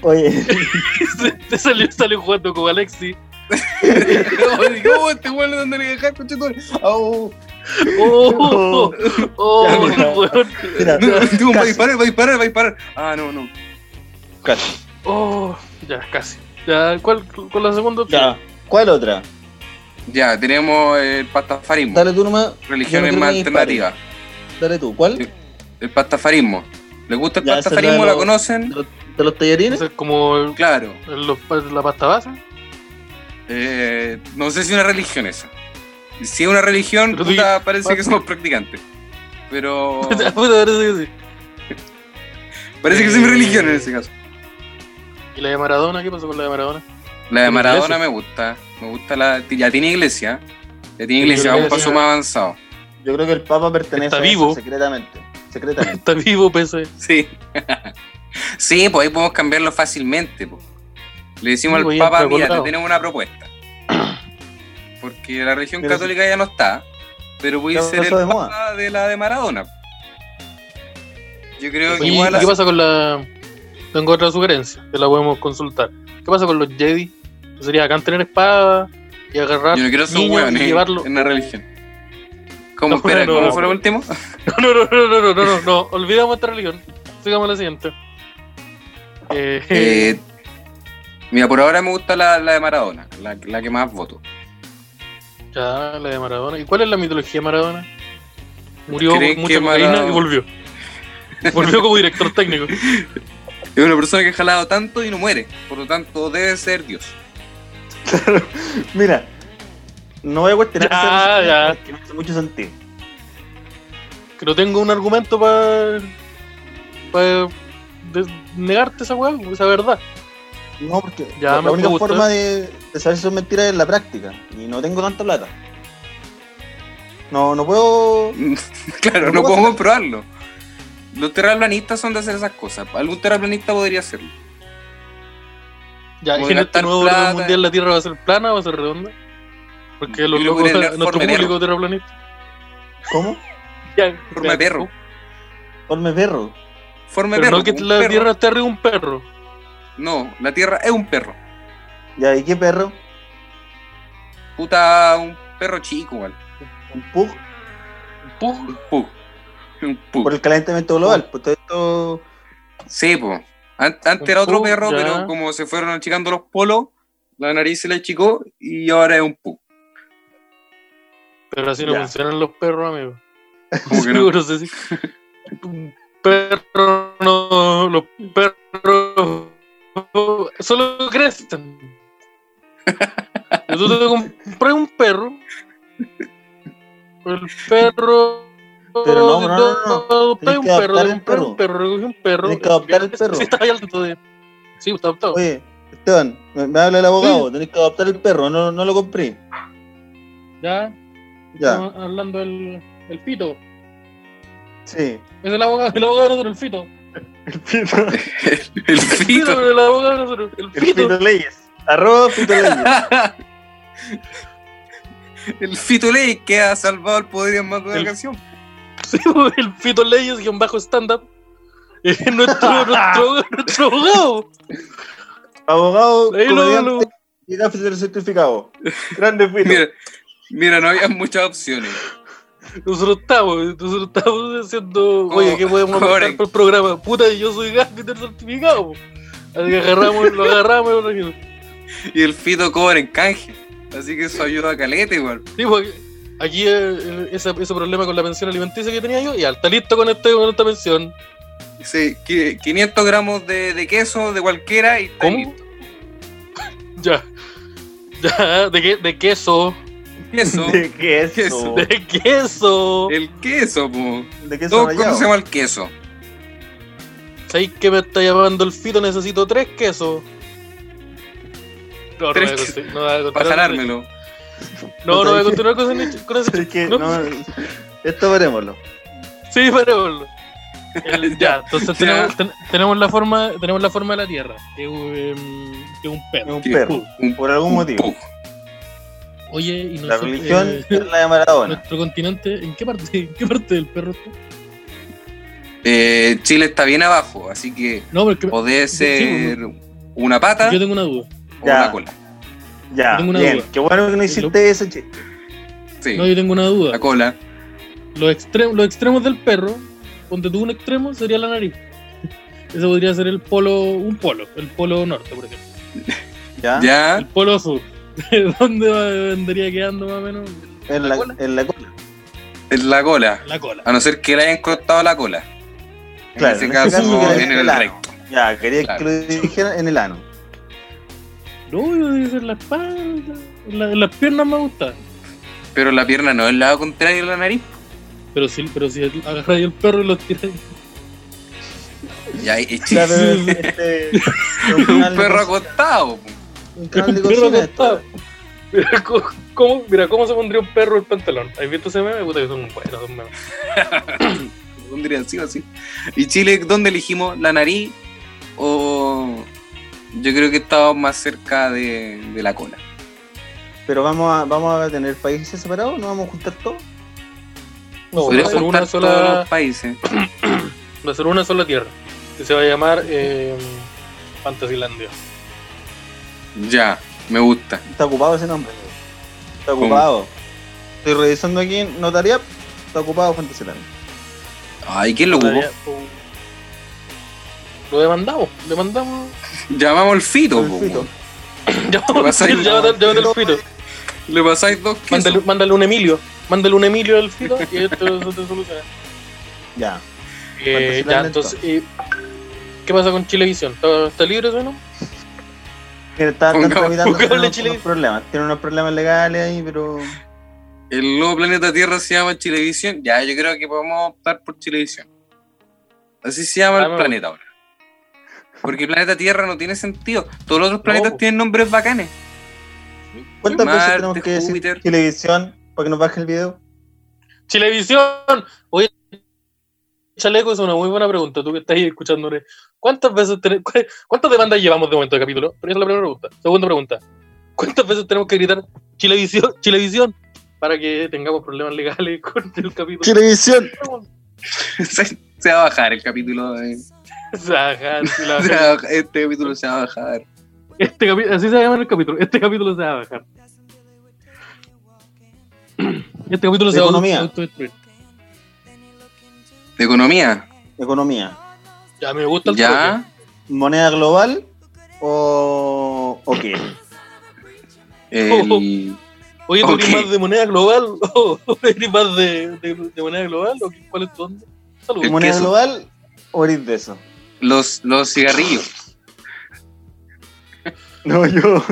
A: Oye,
B: Se- Te salió, salió jugando con Alexi.
C: ¿Cómo este weón le dónde le dejar conchetumare? Au.
B: Oh, oh, oh,
A: Ya, mira.
B: weón.
A: mira,
C: No, digo, va a
A: casi.
C: disparar, va a disparar, va a disparar. Ah, no, no.
A: casi.
B: Oh, ya, casi. Ya, ¿cuál, cuál es la segunda opción?
A: Ya. ¿Cuál otra?
C: Ya, tenemos el pastafarismo.
A: Dale tú nomás.
C: religiones
A: yo no creo
C: más
A: que
C: alternativas.
A: Dale tú. ¿Cuál?
C: Sí. El pastafarismo. ¿Les gusta el
A: Ya, esa es la de
C: pastafarismo? ¿La
A: los-
C: conocen?
A: ¿De los, de los tallarines?
B: Entonces, como el-
C: Claro.
B: el- los pa- la pasta base.
C: Eh, no sé si una religión esa. Si es una religión,
B: Pero
C: puta, parece que
B: pasta.
C: somos practicantes. Pero
B: Puta, parece que sí.
C: parece que es
B: Eh,
C: mi religión en ese caso.
B: ¿Y la de Maradona? ¿Qué pasó con la de Maradona?
C: La de
B: tiene
C: Maradona
B: iglesia.
C: me gusta. Me gusta la. Ya tiene iglesia. Ya tiene
B: Tiene
C: iglesia, un
B: iglesia.
C: paso más avanzado.
A: Yo creo que el Papa pertenece
B: Está
A: a eso
B: vivo.
A: secretamente. Secretamente.
B: Está vivo, pese.
C: Sí. sí, pues ahí podemos cambiarlo fácilmente. po. Le
B: Sí,
C: decimos
B: pues,
C: al
B: ya
C: Papa,
B: está
C: mira, te
B: colgado".
C: tenemos una propuesta. Porque la religión
A: Pero sí.
C: católica ya no está, pero voy a
A: Ya
C: ser el
A: pasó de moda.
C: Papa de la de Maradona. Yo creo que
B: Oye,
C: igual...
B: ¿y ¿Qué pasa con la.? Tengo otra sugerencia que la podemos consultar. ¿Qué pasa con los Jedi? Que Sería acá tener espada y agarrar.
C: Yo no quiero ser
B: niños
C: hueón
B: y llevarlo.
C: en la religión. ¿Cómo,
B: No,
C: espera,
B: no,
C: ¿cómo
B: no,
C: fue lo
B: no.
C: último?
B: No, no, no, no, no, no, no, no. Olvidamos esta religión. Sigamos a la siguiente. Eh,
C: Eh, mira, por ahora me gusta la, la de Maradona, la, la que más voto.
B: Ya, la de Maradona. ¿Y cuál es la mitología de Maradona? Murió
C: ¿Creen
B: por mucha
C: que
B: cocaína
C: Maradona-
B: y volvió. Volvió como director técnico.
C: Es una persona que ha jalado tanto y no muere, por lo tanto debe ser Dios.
A: Mira, no voy a cuestionar
B: Ya,
A: esa
B: ya.
A: religión, porque no hace mucho sentido.
B: Que no tengo un argumento para. para negarte esa weá, esa verdad.
A: No, porque
B: Ya, me
A: la única
B: gusta.
A: forma de, de saber si son mentiras es la práctica. Y no tengo tanta plata. No, no puedo.
C: claro,
A: No
C: no
A: puedo
C: puedo
A: hacer-
C: comprobarlo. Los terraplanistas son de hacer esas cosas. Algún terraplanista podría hacerlo.
B: Ya,
C: Como
B: y en este
C: gastar
B: nuevo
C: plata.
B: orden mundial la tierra va a ser plana, va a ser redonda. Porque
C: Yo
B: los
C: creo que
B: locos,
C: podría tener
B: nuestro
C: forma de
B: público terraplanista.
A: ¿Cómo?
B: Ya,
C: Forma de perro.
A: Ponme perro.
C: Forma de
B: Pero
C: perro.
B: no que
C: un
B: la
C: perro.
B: tierra esté arriba de un perro.
C: No, la tierra es un perro.
A: Ya, ¿y qué perro?
C: Puta, un perro chico, igual.
A: Un pug
B: Puf,
C: Un pug. Un pug.
A: por el calentamiento global. Pues todo esto.
C: Sí, po. An- Antes
B: Un
C: era otro
B: pug,
C: perro,
B: ya.
C: pero como se fueron achicando los polos, la nariz se le achicó y ahora es un pug.
B: Pero así no
A: Ya.
B: funcionan los perros, amigo.
C: Como que no.
B: Seguro, sí, sí. Un perro no. Los perros solo crecen. Tú te compras un perro. El perro.
A: Pero no, no, no, no.
B: Adoptar
A: Tenés
B: un
A: que adoptar
B: perro, de
A: el
B: un perro,
A: perro.
B: un perro, recoge un perro.
A: Tenés que adoptar el perro.
B: Sí, está ahí al tanto de. Sí, está adoptado.
A: Oye, Esteban, me, me habla el abogado. Tenés que adoptar el perro. No, no lo compré.
B: Ya,
A: Ya,
B: estamos hablando del el fito.
A: sí.
B: Es el abogado, el abogado de nosotros, el fito.
A: El pito.
C: El
B: El fito,
C: pito.
B: pero el abogado de nosotros, el
A: El pito
B: fito.
A: leyes. Arroba pito leyes.
C: El fito ley que ha salvado el poder en más de
B: El-
C: una canción.
B: Sí, güey, el Fito Leyes guión bajo stand-up. Es nuestro, nuestro, nuestro abogado.
A: Abogado,
B: Ahí lo-
A: comediante
B: lo-
A: y gaffeter certificado. Grande pito.
C: Mira, mira, no había muchas opciones.
B: Nosotros estamos, nosotros estamos haciendo,
C: Co-
B: oye, ¿qué podemos aportar
C: cobren.
B: por el programa? Puta, yo soy gaffeter certificado. po. Así que agarramos, lo agarramos. Lo agarramos.
C: Y el fito cobra en canje. Así que eso ayuda a Caleta igual.
B: Sí, porque aquí eh, ese, ese problema con la pensión alimenticia que tenía yo, y está listo con, este, con esta pensión.
C: Sí, qui- 500 gramos de, de queso de cualquiera y está
B: ¿Cómo?
C: listo.
B: Ya. Ya, de, que- de queso.
C: queso.
A: ¿De qué es eso?
C: Queso.
B: De queso.
C: El queso, po.
A: ¿De qué
C: Todos
A: rallado?
C: conocemos el queso.
B: ¿Sabéis que me está llamando el fito? Necesito tres quesos. No, no
C: Tres
B: voy a
C: quesos.
B: conti- no voy a continuar
C: Para
B: con-
C: jalármelo.
B: No, no voy
A: Puta,
B: a continuar con ese, con ese
A: Es que,
B: ¿no?
A: no, esto veremoslo.
B: Sí, parémoslo. El- ya, entonces
C: Ya.
B: Tenemos, ten- tenemos la forma, tenemos la forma de la tierra, que es un- que es un
A: Es
B: perro.
A: un
C: Qué
A: perro.
B: pug.
C: Un,
A: Por algún
C: un
A: motivo.
C: pug.
B: Oye, y
A: La
B: nosotros,
A: religión
B: eh,
A: es la de Maradona.
B: nuestro continente, ¿en qué parte, en qué parte del perro está?
C: Eh, Chile está bien abajo, así que
B: No, porque
C: podés
B: Sí,
C: ser una pata
B: yo tengo una duda.
C: o
A: Ya.
C: una cola.
A: Ya,
B: tengo una
A: bien.
B: duda.
A: Qué bueno que no hiciste ese chiste.
C: Sí,
B: No, yo tengo una duda.
C: la cola.
B: Los, extremos los extremos del perro, donde tú un extremo sería la nariz. Ese podría ser el polo, un polo, el polo norte, por ejemplo.
A: Ya.
C: Ya,
B: El polo sur. ¿Dónde va- andaría quedando más o menos?
A: En la,
B: cola?
A: en la cola.
C: Es la cola.
B: La cola.
C: A no ser que le hayan cortado la cola. En
A: Claro,
C: ese
A: en ese
C: caso,
A: caso queda
C: en el
A: claro.
C: recto.
A: Ya, quería
C: Claro.
A: que lo dijera en el ano.
B: No, yo debe ser la espalda. En la- en las piernas me gusta.
C: Pero la pierna no es el lado contrario de la nariz.
B: Pero si, pero si agarráis el perro y lo tiráis.
C: Ya, es chiste.
A: Claro, este,
C: un perro acostado. po.
A: Un canal
B: Un
A: de
B: perro
A: cocina esto.
B: acostado. Mira co- cómo, mira cómo se pondría un perro el pantalón. ¿Has visto ese meme? Puta que son buenos, son memes.
C: Lo pondría así o así. ¿Y Chile dónde elegimos? ¿La nariz? O. Yo creo que estaba más cerca de, de la cola.
A: Pero vamos a, vamos a tener países separados, no vamos a juntar todo.
B: No, va a
C: Podríamos
B: ser Oh, una
C: juntar todos
B: sola,
C: los países.
B: va a ser una sola tierra. Que se va a llamar eh, Fantasilandia.
C: Ya, me gusta.
A: Está ocupado ese nombre. Está ocupado. Estoy revisando aquí en Notaría. Está ocupado Fantasyland.
C: Ay, ¿quién lo ocupó?
B: Todavía, pues, Lo demandamos, demandamos.
C: Llamamos al fito, po,
A: Perfecto.
B: Llámate al
C: vas a ir-
B: filo, llámate llámate al filo.
C: Le pasáis dos
B: Mándale,
C: quesos.
B: mándale un Emilio. Mándale un Emilio al filo y esto se te soluciona.
A: Ya.
B: Eh,
A: Fantasyland
B: ya,
A: del
B: entonces, eh, ¿qué pasa con Chilevisión? ¿Está, está libre eso, no?
A: Mira, Está, están
C: Pongamos-
A: tramitando
B: pongámosle
A: unos,
B: Chile.
A: unos problemas. Tienen unos problemas legales ahí, pero.
C: El nuevo planeta Tierra se llama Chilevisión. Ya, yo creo que podemos optar por Chilevisión. Así se llama
B: Ah,
C: el
B: me
C: planeta ahora. Porque el planeta Tierra no tiene sentido. Todos los otros planetas
B: po.
C: tienen nombres bacanes.
A: ¿Cuántas veces
C: Marte,
A: tenemos que decir
C: Júpiter.
A: televisión para que nos baje el video?
B: Chilevisión. Oye, Chaleco, es una muy buena pregunta. Tú que estás ahí escuchándole. ¿Cuántas veces tenemos, cu- ¿Cuántas demandas llevamos de momento de capítulo? Pero esa es la primera pregunta. Segunda pregunta. ¿Cuántas veces tenemos que gritar Chilevisión, Chilevisión? Para que tengamos problemas legales con el capítulo.
A: Televisión.
C: se se va a bajar el capítulo. de-
B: Ajá, sí, la-
C: se va a bajar- este capítulo se va a bajar.
B: este capi- así se llama el capítulo. Este capítulo se va a bajar. Este capítulo
A: De
B: se va a
A: economía.
B: autodestruir.
C: De economía.
A: Economía.
B: Ya me gusta el toque.
C: Ya.
A: ¿Moneda global o, o qué?
C: El,
B: Oye, ¿tú eres
C: Ok.
B: más de moneda global? ¿O eres más de, de, de moneda global? ¿O qué- cuál es tu onda? Saludos.
C: El-
A: ¿Moneda
C: queso.
A: global o eres de eso?
C: los, los cigarrillos.
A: No, yo.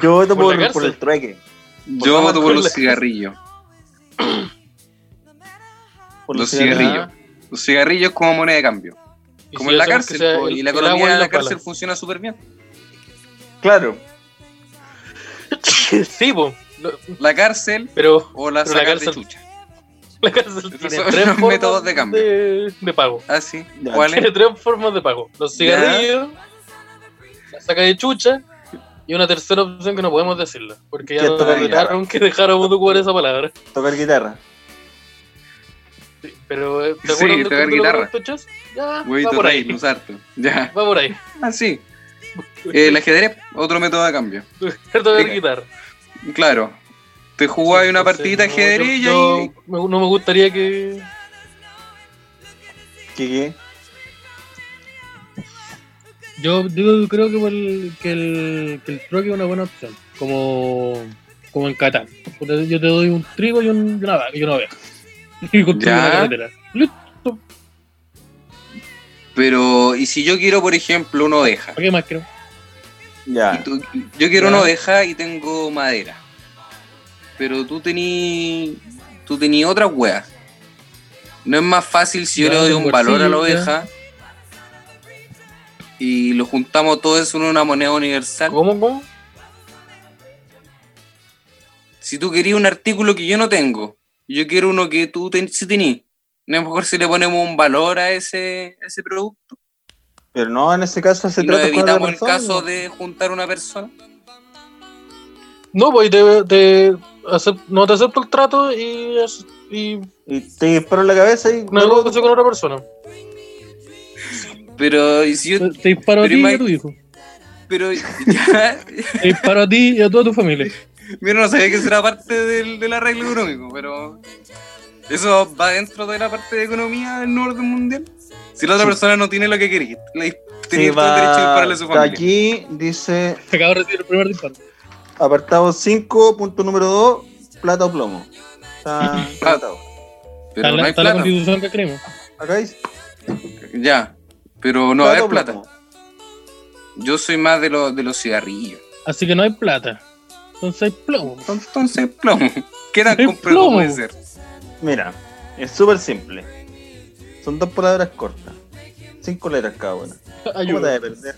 A: Yo voto por,
B: Por la
A: por
B: cárcel.
A: el trueque.
C: Yo voto por
B: con
C: los
B: la-
C: cigarrillos.
A: Por
C: Los
A: cigarrillos.
C: cigarrillos. Los cigarrillos como moneda de cambio.
B: Ah, Y
C: Como
B: si
C: en la
B: hacemos que
C: cárcel.
B: sea
C: po,
B: el-
C: y la
B: el agua
C: economía de
B: las
C: la
B: palas.
C: cárcel funciona súper bien.
A: Claro.
B: Sí, po. Lo-
C: La cárcel
B: pero
C: o la
B: Pero la
C: sacar de
B: cárcel-
C: chucha.
B: la cárcel
C: Esos
B: tiene
C: son
B: tres
C: los
B: formas
C: métodos de cambio.
B: de- de pago.
C: Ah, sí.
A: Ya.
C: ¿Cuál es?
B: Tiene tres formas de pago. Los
C: Ya.
B: cigarrillos, la saca de chucha y una tercera opción que no podemos decirla. Porque ya
A: Ya
B: nos
A: está bien.
B: vetaron que dejáramos de ocupar esa palabra.
A: Tocar guitarra.
B: Sí, pero eh,
C: Sí,
B: acuerdas del
C: tocar
B: capítulo
C: guitarra.
B: de los tochos? Ya, va
C: Huevito
B: por
C: rey,
B: ahí.
C: los hartos. Ya.
B: Va por ahí.
C: Ah, sí. Eh, El ajedrez, otro método de cambio.
B: Tocar
C: Venga.
B: guitarra.
C: Claro. Te jugás una
B: Entonces,
C: partidita de
B: no,
C: ajedrez y
B: yo-
C: ahí-
B: yo me- No me gustaría que.
A: ¿Qué qué?
B: Yo, yo creo que el, que el, que el trueque es una buena opción. Como, como en Catán. Puta, Yo te doy un trigo y, un, y una vaca y una oveja. Y construyo
C: Ya.
B: una carretera. ¿Para
C: Pero, ¿y si yo quiero, por ejemplo, una oveja?
B: qué más creo?
C: Y
A: Ya.
C: tú- yo
B: Ya.
C: quiero una oveja y tengo madera. Pero tú tení. Tú tení otras weas. No es más fácil si yo
B: Ya,
C: le doy
B: un
C: un valor a la
B: bolsillo, ya.
C: oveja y lo juntamos todo eso en una moneda universal.
B: ¿Cómo, cómo?
C: Si tú querías un artículo que yo no tengo, yo quiero uno que tú ten, sí tení. A lo mejor si le ponemos un valor a ese, a ese producto.
A: Pero no, en ese caso se
C: Y nos
A: trata con otra
C: evitamos el
A: persona.
C: caso de juntar una persona.
B: No, pues te, te acep- no te acepto el trato y, as- y
A: Y te disparo en la cabeza y.
B: negocio con otra persona.
C: Pero, ¿y si yo-
B: Te disparo
C: a Pero ti y a imag-
B: tu hijo.
C: pero ya,
B: Te disparo a ti y a toda tu familia.
C: Mira, no sabía que eso era parte del, del arreglo económico, pero. Eso va dentro de la parte de economía del nuevo orden mundial. Si la otra
A: Sí.
C: persona no tiene lo que quería, le
A: Sí,
C: tenía todo el derecho a
A: va-
C: dispararle a su
A: está
C: familia.
A: aquí dice
B: Se acaba de recibir el primer disparo.
A: Apartado 5, punto número 2, plata o plomo. Está tratado.
C: Pero no
B: la,
C: hay
B: la
C: plata.
B: constitución que escribimos.
A: ¿Acá dice?
C: Ya, pero no va a haber
A: o
C: plata.
A: plomo.
C: Yo soy más de, los de los cigarrillos.
B: Así que no hay plata. Entonces hay plomo.
C: Entonces, plomo. ¿Qué tan
B: Es
C: complejo
B: plomo.
C: puede ser?
A: Mira, es súper simple. Son dos palabras cortas. Cinco letras cada una. ¿Cómo te vas
B: Ayuda.
A: a perder?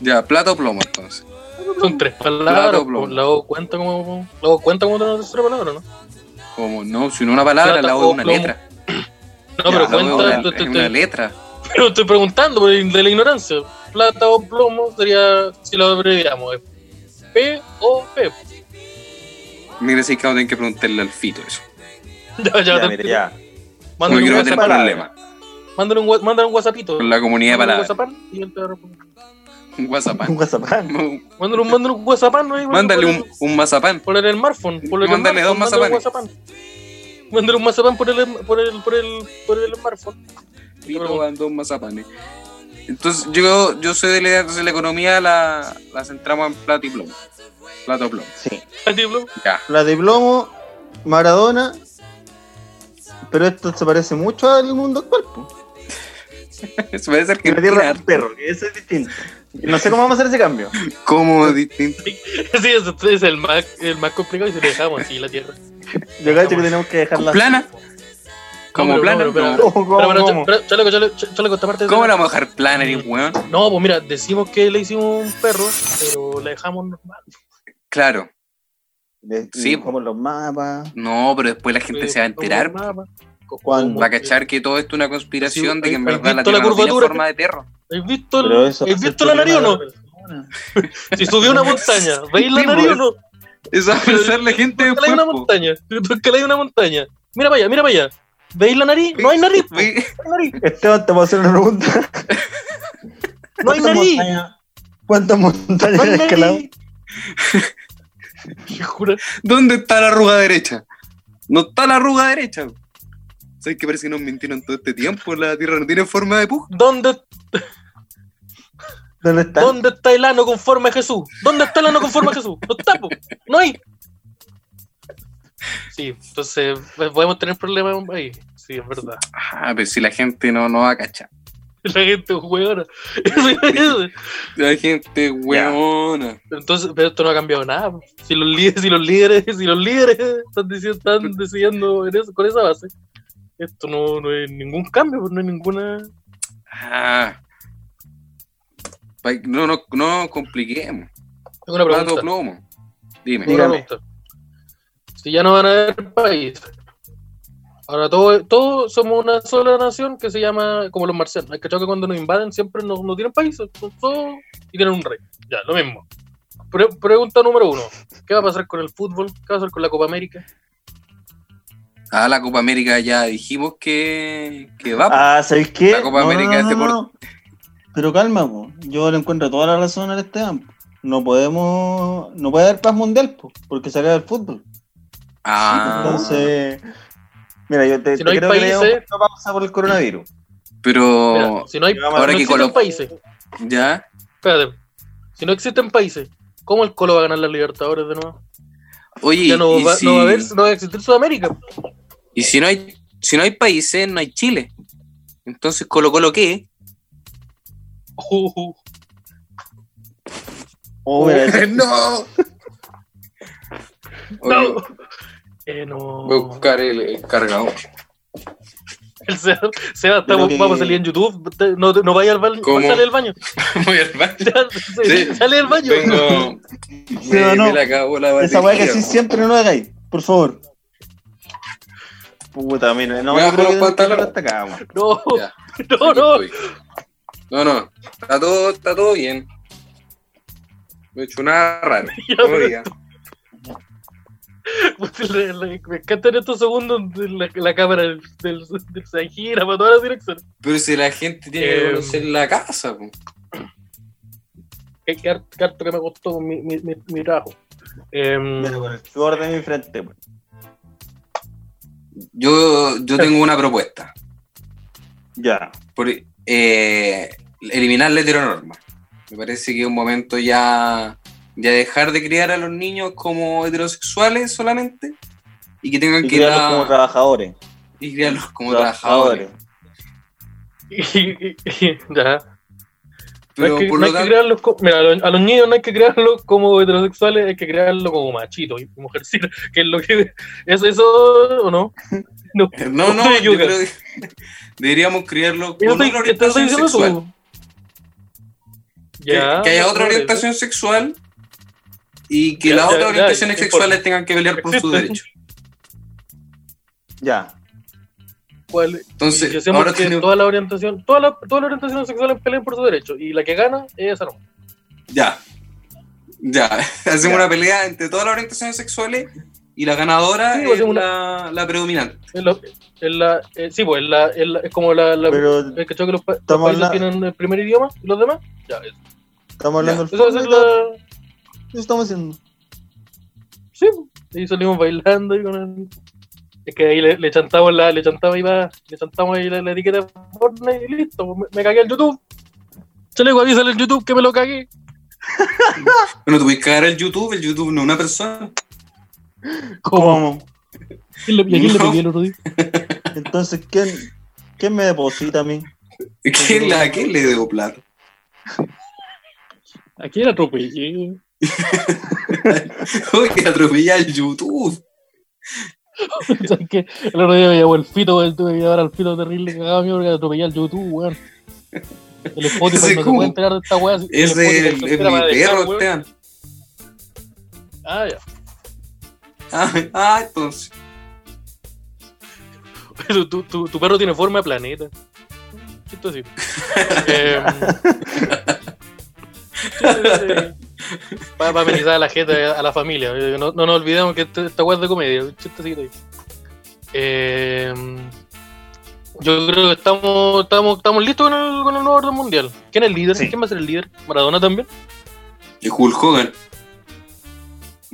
C: Ya, plata o plomo, entonces.
B: Son tres
C: Plata
B: palabras.
C: o plomo.
B: po. La O cuenta como. La O cuenta como una tercera palabra, ¿no?
C: Como no, sino una palabra,
B: Plata
C: la
B: o
C: O es una
B: plomo.
C: letra.
B: No, pero
C: Ya, la O es una-
B: cuenta. te- te-
C: es una
B: te-
C: letra.
B: Pero estoy preguntando por el- de la ignorancia. Plata o plomo sería, si lo abreviamos, es P o P.
C: Mira, sí que vamos a tener que preguntarle al fito eso.
B: Ya, ya,
A: Ya,
B: te-
A: mira, ya.
C: No
B: Mándale un,
C: quiero
A: una
C: meter
B: WhatsApp,
A: palabra.
C: problemas
B: mándale un, wa- mándale un WhatsAppito.
C: con la comunidad de
B: Mándale un
C: palabras.
B: WhatsApp y él te va a responder.
C: Un
A: Un
C: WhatsApp.
A: guasapán.
B: Mándale un, mándale un WhatsApp. ¿no? Ahí,
C: Mándale
B: ponle-
C: un, un mazapán.
B: Por el smartphone. Por el
C: Mándale dos
B: smartphone, mándale un
C: mazapanes.
B: WhatsApp. Mándale un WhatsApp por el, por el, por el, por el smartphone.
C: Fito van dos mazapanes. Entonces, yo, yo soy de la idea, entonces la economía la, la centramos en plata y plomo. Plata o plomo.
A: Sí.
B: Así, plomo.
C: Ya.
A: La de plomo, Maradona. Pero esto se parece mucho al mundo actual. po.
C: Eso puede ser que
A: Y la tierra del perro, que eso es distinto. No sé cómo vamos a hacer ese cambio.
C: como distinto.
B: Sí, ese ese es el más, el más complicado y se le dejamos así la tierra.
A: Yo creo que tenemos que dejarla.
C: ¿Plana?
B: No,
C: Como
B: pero
C: plana.
B: no, pero-
A: ¿Cómo,
C: No.
A: cómo,
B: Pero, pero,
A: cómo?
B: pero, chaleco, chaleco, chaleco, esta parte.
C: ¿Cómo la vamos a dejar plana, eres weón?
B: No, pues mira, decimos que le hicimos un perro, pero la dejamos normal.
C: Claro.
A: Le-
C: Sí, po.
A: Como los mapas.
C: No, pero después la
B: pues,
C: gente se va a enterar.
A: ¿Cuándo?
C: Va a cachar que todo esto es una conspiración
B: Sí,
C: de que en
B: ¿has
C: verdad
B: visto
C: la
B: la
C: Tierra no tiene
B: curvatura?
C: forma de perro.
B: ¿Has visto,
A: Pero
B: el,
A: eso
B: ¿has
A: va a ser
B: visto la nariz o no?
A: problema de la persona.
B: Si subió una montaña, ¿veis la
C: Sí,
B: nariz o
C: pues.
B: no?
C: Eso va a pensar la
B: ¿Por qué
C: gente
B: le hay
C: después.
B: una
C: po.
B: montaña? ¿Por qué le hay una montaña? Mira para allá, mira para allá. ¿Veis la nariz? No hay nariz, pues. po,
C: Ve-
B: no hay nariz.
A: Esteban, Este, te voy a hacer una pregunta.
B: No hay
A: ¿Cuántas
B: nariz.
A: montañas- ¿Cuántas montañas este
B: No
A: has
B: hay
A: escalado?
B: nariz. Te juro.
C: ¿Dónde está la arruga derecha? No está la arruga derecha. ¿Sabes qué parece que nos mintieron todo este tiempo? La Tierra no tiene forma de puja.
B: ¿Dónde,
A: ¿Dónde están?
B: ¿Dónde está el ano con forma de Jesús? ¿Dónde está el ano con forma de Jesús? No está, po. no hay. Sí, entonces pues, podemos tener problemas ahí. Sí, es verdad.
C: Ah, pero si la gente no, no va a cachar.
B: La gente es hueona. Eso es.
C: La gente weona.
B: Pero Entonces, pero esto no ha cambiado nada. po. Si los líderes, si los líderes, si los líderes están diciendo, están decidiendo en eso- con esa base, esto no, no es ningún cambio, no es ninguna.
C: Ah. Pa- No, no, no compliquemos.
B: ninguna
C: Plato
B: pregunta.
C: plomo. Dime.
A: Sí.
B: Una
A: Dígame.
B: pregunta. Si ya no van a haber país. Ahora todos todo somos una sola nación que se llama como los marcianos. Es que que cuando nos invaden siempre no, no tienen países. son todos y tienen un rey. Ya, lo mismo. Pre- pregunta número uno. ¿Qué va a pasar con el fútbol? ¿Qué va a pasar con la Copa América?
C: Ah, la Copa América ya dijimos que, que va.
A: Ah, ¿sabéis qué?
C: pues, La Copa América este es deporte.
A: Pero calma, po. yo le encuentro toda la razón al Esteban. po. No podemos, no puede haber paz mundial, po, porque se acaba el fútbol.
C: ah,
A: Entonces, mira, yo te,
B: Si
A: te
B: no hay
A: creo que le
B: países-
A: damos una pausa por el coronavirus.
C: pero
B: Mira, si no hay
A: Vamos a
B: no
C: ver qué
B: existen
C: Oh, colo-
B: países.
C: ya.
B: Espérate. Si no existen países, ¿cómo el Colo va a ganar las Libertadores de nuevo?
C: Oye,
B: Ya no
C: y,
B: va,
C: si,
B: no va a haber, no va a existir Sudamérica.
C: y si no hay si no hay países, no hay Chile. Entonces Colo Colo qué?
A: Oh, mira, ese-
C: no.
B: No. Eh, no.
C: Voy a buscar el, el cargador.
B: El Seba, Seba,
A: Yo creo
B: estamos-
A: que-
B: vamos a salir en YouTube. te- No, no vaya al baño.
C: ¿Cómo?
B: Sale del baño.
C: Voy al baño.
B: Ya,
C: Sí.
B: Sale del baño.
C: Tengo. Me,
A: no.
C: me la acabo la batería.
A: esa weá que sí siempre no lo hagáis, por favor. Puta, mira, no
C: Me
A: yo
C: bajo
A: creo
C: los
A: que tenemos que
C: pantalones.
A: llegar hasta acá, weón.
B: No,
C: Ya,
B: no, Oh, no.
C: aquí estoy. No, no. Está todo, está todo bien. No he hecho nada raro.
B: Ya,
C: No me
B: pero-
C: digas.
B: Le- le- Me encantan estos segundos de la, la cámara del, del, del- se gira para todas las direcciones.
C: Pero si la gente tiene que
B: Eh,
C: conocer la casa, po.
B: Qué qué harto qué harto que me costó mi, mi, mi, mi trabajo. Em,
A: Mira, con el sudor de mi frente, weón.
C: yo, yo tengo una propuesta.
A: Ya.
C: por eh, eliminar la heteronorma. Me parece que es un momento ya y a dejar de criar a los niños como heterosexuales solamente y que tengan
A: Y
C: que
A: criarlos
C: dar-
A: como trabajadores.
C: y criarlos como trabajadores.
B: ya.
C: Pero
B: no hay que, no
C: por lo
B: hay que
C: tanto,
B: criarlos co- mira, a los, a los niños no hay que crearlos como heterosexuales, hay que crearlos como machitos y mujercitas, que es lo que... ¿Es eso o no? No,
C: no, no, yo
B: Yuka.
C: creo que deberíamos criarlos con
B: Yo estoy-
C: otra
B: te estoy
C: orientación
B: diciendo
C: sexual.
B: tú.
C: Que,
B: Ya,
C: que haya
B: no,
C: otra
B: no,
C: orientación sexual y que
B: Ya,
C: las
B: ya,
C: otras
B: ya,
C: orientaciones
B: ya,
C: sexuales tengan que pelear por sus
B: Existe.
C: derechos.
A: Ya.
B: ¿cuál-
C: Entonces,
B: y hacemos
C: ahora
B: que
C: tenemos-
B: toda la orientación, toda la, toda la orientación sexual peleen por su derecho y la que gana es esa no.
C: Ya. Ya. Hacemos
A: Ya.
C: una pelea entre todas las orientaciones sexuales y la ganadora
B: Sí,
C: es
B: hacemos
C: la, la predominante.
B: Es, lo- es la, eh, sí, pues es, la, es, la- es como la, la
A: Pero
B: el cachorro que los, pa- los
A: Estamos
B: países
A: habla-
B: tienen el primer idioma y los demás. Ya, eso,
A: estamos hablando del
B: eso es
A: fútbol,
B: la.
A: eso estamos haciendo.
B: Sí, y salimos bailando y con el- Es que ahí le, le chantamos la, le chantamos ahí la, le chantamos ahí la, la etiqueta de Fortnite y listo, pues, me, me cagué el YouTube. Chaleco, avísale el YouTube que me lo cagué.
C: Bueno, tú puedes cagar el YouTube, el YouTube no es una persona.
A: ¿Cómo?
B: ¿Y le- y a quién le
C: No.
B: pedí el otro día?
A: Entonces, ¿quién, ¿quién me deposita a mí?
C: ¿Quién, la, ¿a quién le debo plata?
B: ¿A quién atropellé?
C: Uy, que atropella el YouTube.
B: ¿Sabes qué? El otro día me llamó el fito, weón. Tuve que llevar al fito terrible cagado mío porque atropellé al YouTube, weón. El Spotify
C: Ese
B: no se
C: como-
B: puede enterar de esta weá. si-
C: Es,
B: el Spotify
C: el,
B: se
C: es mi
B: entera, va a dejar,
C: perro,
B: weón.
C: Esteban.
B: Ah, ya.
C: Ah, ah, entonces.
B: Pero tu, tu, tu perro tiene forma de planeta. Esto así. Em, Para amenizar a la gente, a la familia. Eh, No, no nos olvidemos que este- esta weá es de comedia. un chistecito ahí. Em, yo creo que estamos, estamos, estamos listos con el, con el nuevo orden mundial. ¿Quién es el líder?
A: Sí.
B: ¿Quién va a ser el líder? ¿Maradona también?
C: Y Hulk Hogan.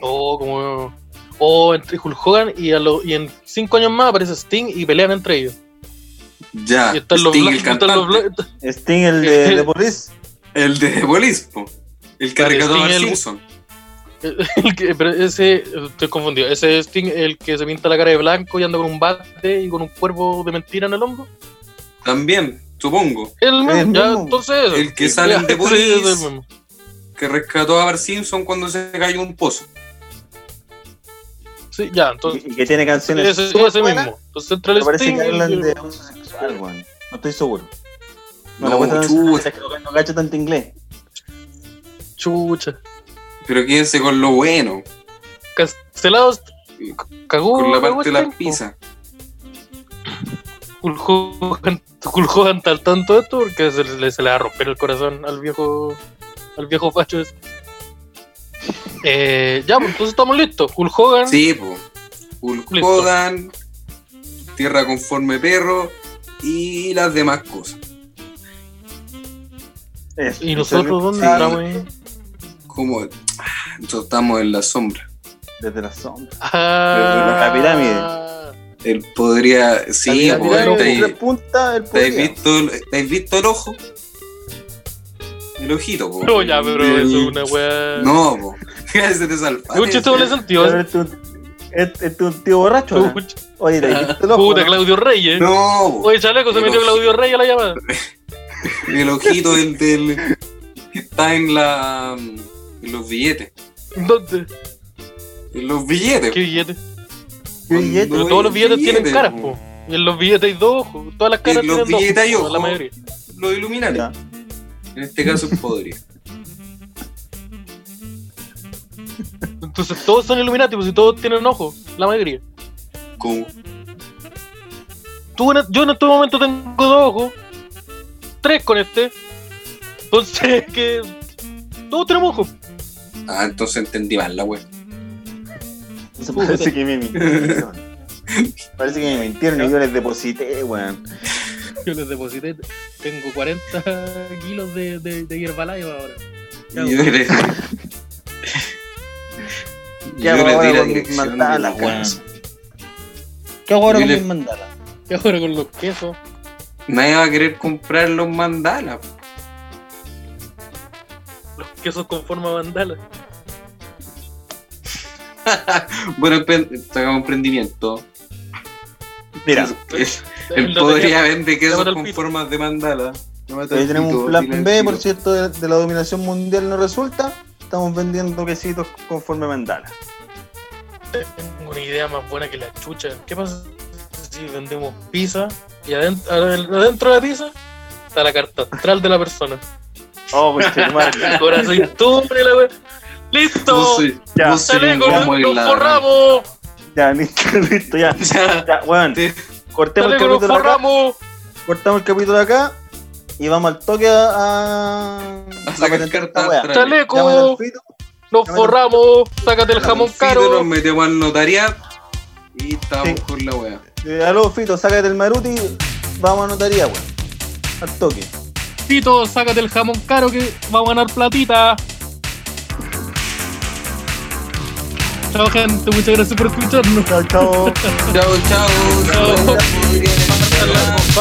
B: O Oh, como. O entre Hulk Hogan y, a lo- y en cinco años más aparece Sting y pelean entre ellos.
C: Ya.
B: y están los
C: Sting,
B: blancos.
C: el
B: están los
C: cantante.
B: blancos-
A: Sting, el de, de Police.
C: El de Bolis, po. El que
B: Vale,
C: recató a
B: Sting, el-
C: Simpson.
B: El que- pero ese, estoy confundido, ese Sting, el que se pinta la cara de blanco y anda con un bate y con un cuervo de mentira en el hombro.
C: También, supongo.
B: El mismo,
A: El
B: ya,
A: mismo.
B: entonces eso.
C: El que sale en The
B: sí, es el
C: Police.
B: mismo.
C: Que rescató a Bart Simpson cuando se cayó un pozo.
B: Sí, ya, entonces.
A: Y y que tiene canciones.
B: Ese,
A: súper
B: ese
A: buenas.
B: mismo. Entonces entre el
A: Me parece
B: Sting.
A: que hablan de
B: el-
A: abuso sexual, weón. No estoy seguro.
C: No,
A: No, lo cuento
C: chuta.
A: no, no cacho tanto inglés.
B: Chucha.
C: Pero quédense con lo bueno.
B: Cancelados. Cagó.
A: Oh,
C: Con la
B: cagó
C: parte de
B: Sting,
C: la
B: po.
C: pizza.
B: Hulk Hogan- Hulk Hogan está al tanto de esto porque se le, se le va a romper el corazón al viejo al viejo facho ese. Eh, ya, pues, entonces estamos listos. Hulk Hogan,
C: Sí, po. Hulk
B: Listo.
C: Hogan, Tierra conforme perro y las demás cosas.
A: Eso.
B: ¿Y nosotros dónde
A: Ah,
B: entramos? ahí?
C: Como ah, nosotros estamos en la sombra.
A: Desde la sombra. la
B: Ah,
A: pirámide.
C: Él podría. Sí,
B: La
C: po.
A: Pero
B: pirámide,
C: ¿Te
A: tres puntas, él
C: te has
A: podría.
C: visto, el- te has visto el ojo? El ojito, po.
B: No, ya, pero
C: El-
B: eso es una weá.
C: No, po. Se te salva.
B: Es un chiste doble sentido.
A: Pero este es un- Este este es un tío borracho. ¿no?
B: Chucha,
A: Oye, te viste el ojo.
B: Puta,
A: ¿no?
B: Claudio Reyes.
C: No, po.
B: Oye, chaleco, se
C: Pero-
B: metió Claudio Reyes a la llamada.
C: El ojito del, del- que está en la en los billetes.
B: ¿Dónde?
C: En los billetes.
B: ¿Qué billete?
A: ¿Qué billete?
B: Pero
C: Oye,
B: todos los billetes tienen
C: billetes,
B: caras,
C: po.
B: po. Y en los billetes hay dos ojos. Todas las caras
C: en los
B: tienen dos
C: billetes hay
B: ojos, La
C: ojos.
B: mayoría.
C: Los iluminales.
A: Ya.
C: En este caso podría.
B: Entonces todos son Illuminati, pues si todos tienen ojos, la mayoría.
C: Como
B: Tú en- yo en este momento tengo dos ojos, tres con este. Entonces que todos tenemos ojos.
C: Ah, entonces entendí mal la web.
A: Se parece que me mintieron. Parece que me mintieron y yo les deposité, weón.
B: Yo les deposité, tengo 40 kilos de, de, de ahora.
C: Yo le,
A: ¿Qué hago
C: yo le di
A: ahora
C: la
A: con mis
C: dirección de
A: mandalas,
C: la
A: weón?
C: casa.
A: ¿Qué hago ahora
C: Yo
A: con
C: le-
A: mis mandalas?
B: Y ahora con los quesos.
C: Nadie va a querer comprar los mandalas.
B: Los quesos con forma de mandala.
C: bueno, sacamos emprendimiento.
A: Mira,
C: Es- Él podría vender quesos
B: Llévalo al
C: con
B: pito.
C: formas de mandala. Llévate
A: ahí
C: al
A: tenemos
C: pito,
A: un plan
C: dile al
A: B, por
C: tiro.
A: cierto, de, de la dominación mundial no resulta. Estamos vendiendo quesitos conforme mandala.
B: Tengo una idea más buena que la chucha. ¿Qué pasa si vendemos pizza y adentro, adentro de la pizza está la carta astral de la persona?
A: Oh, pues madre.
B: Ahora soy tú, hombre, la wea.
C: Vos
B: ¡Listo!
C: soy-
A: Ya.
C: vos soy
B: ¡Sale
C: un
B: con
C: lomo
B: un-
C: en
B: los
C: la-
B: forramos!
A: Ya, listo, listo, ya.
C: Ya.
A: Ya, weón.
C: Sí.
A: Cortemos
B: ¡Sale
A: el
B: con los
A: capítulo acá.
B: forramos!
A: Cortamos el capítulo acá. Y vamos al toque a. A,
C: A sacar
A: patentar
C: cartas
A: esta wea.
C: astrales.
A: Llámale al
B: ¡Chaleco!
A: Fito,
B: ¡Nos forramos! ¡Sácate el jamón
C: Confito,
B: caro!
C: Nos metemos al notariado y estamos
A: Sí.
C: con la wea.
A: eh, Aló, Fito, sácate el maruti. Vamos a notaría, weón. Al toque.
B: Tito, sácate el jamón caro que vamos a ganar platita. Chao, gente. Muchas gracias por escucharnos.
A: Chao, chao.
C: Chao, chao.
B: Chao.
C: Saludos, Adrián.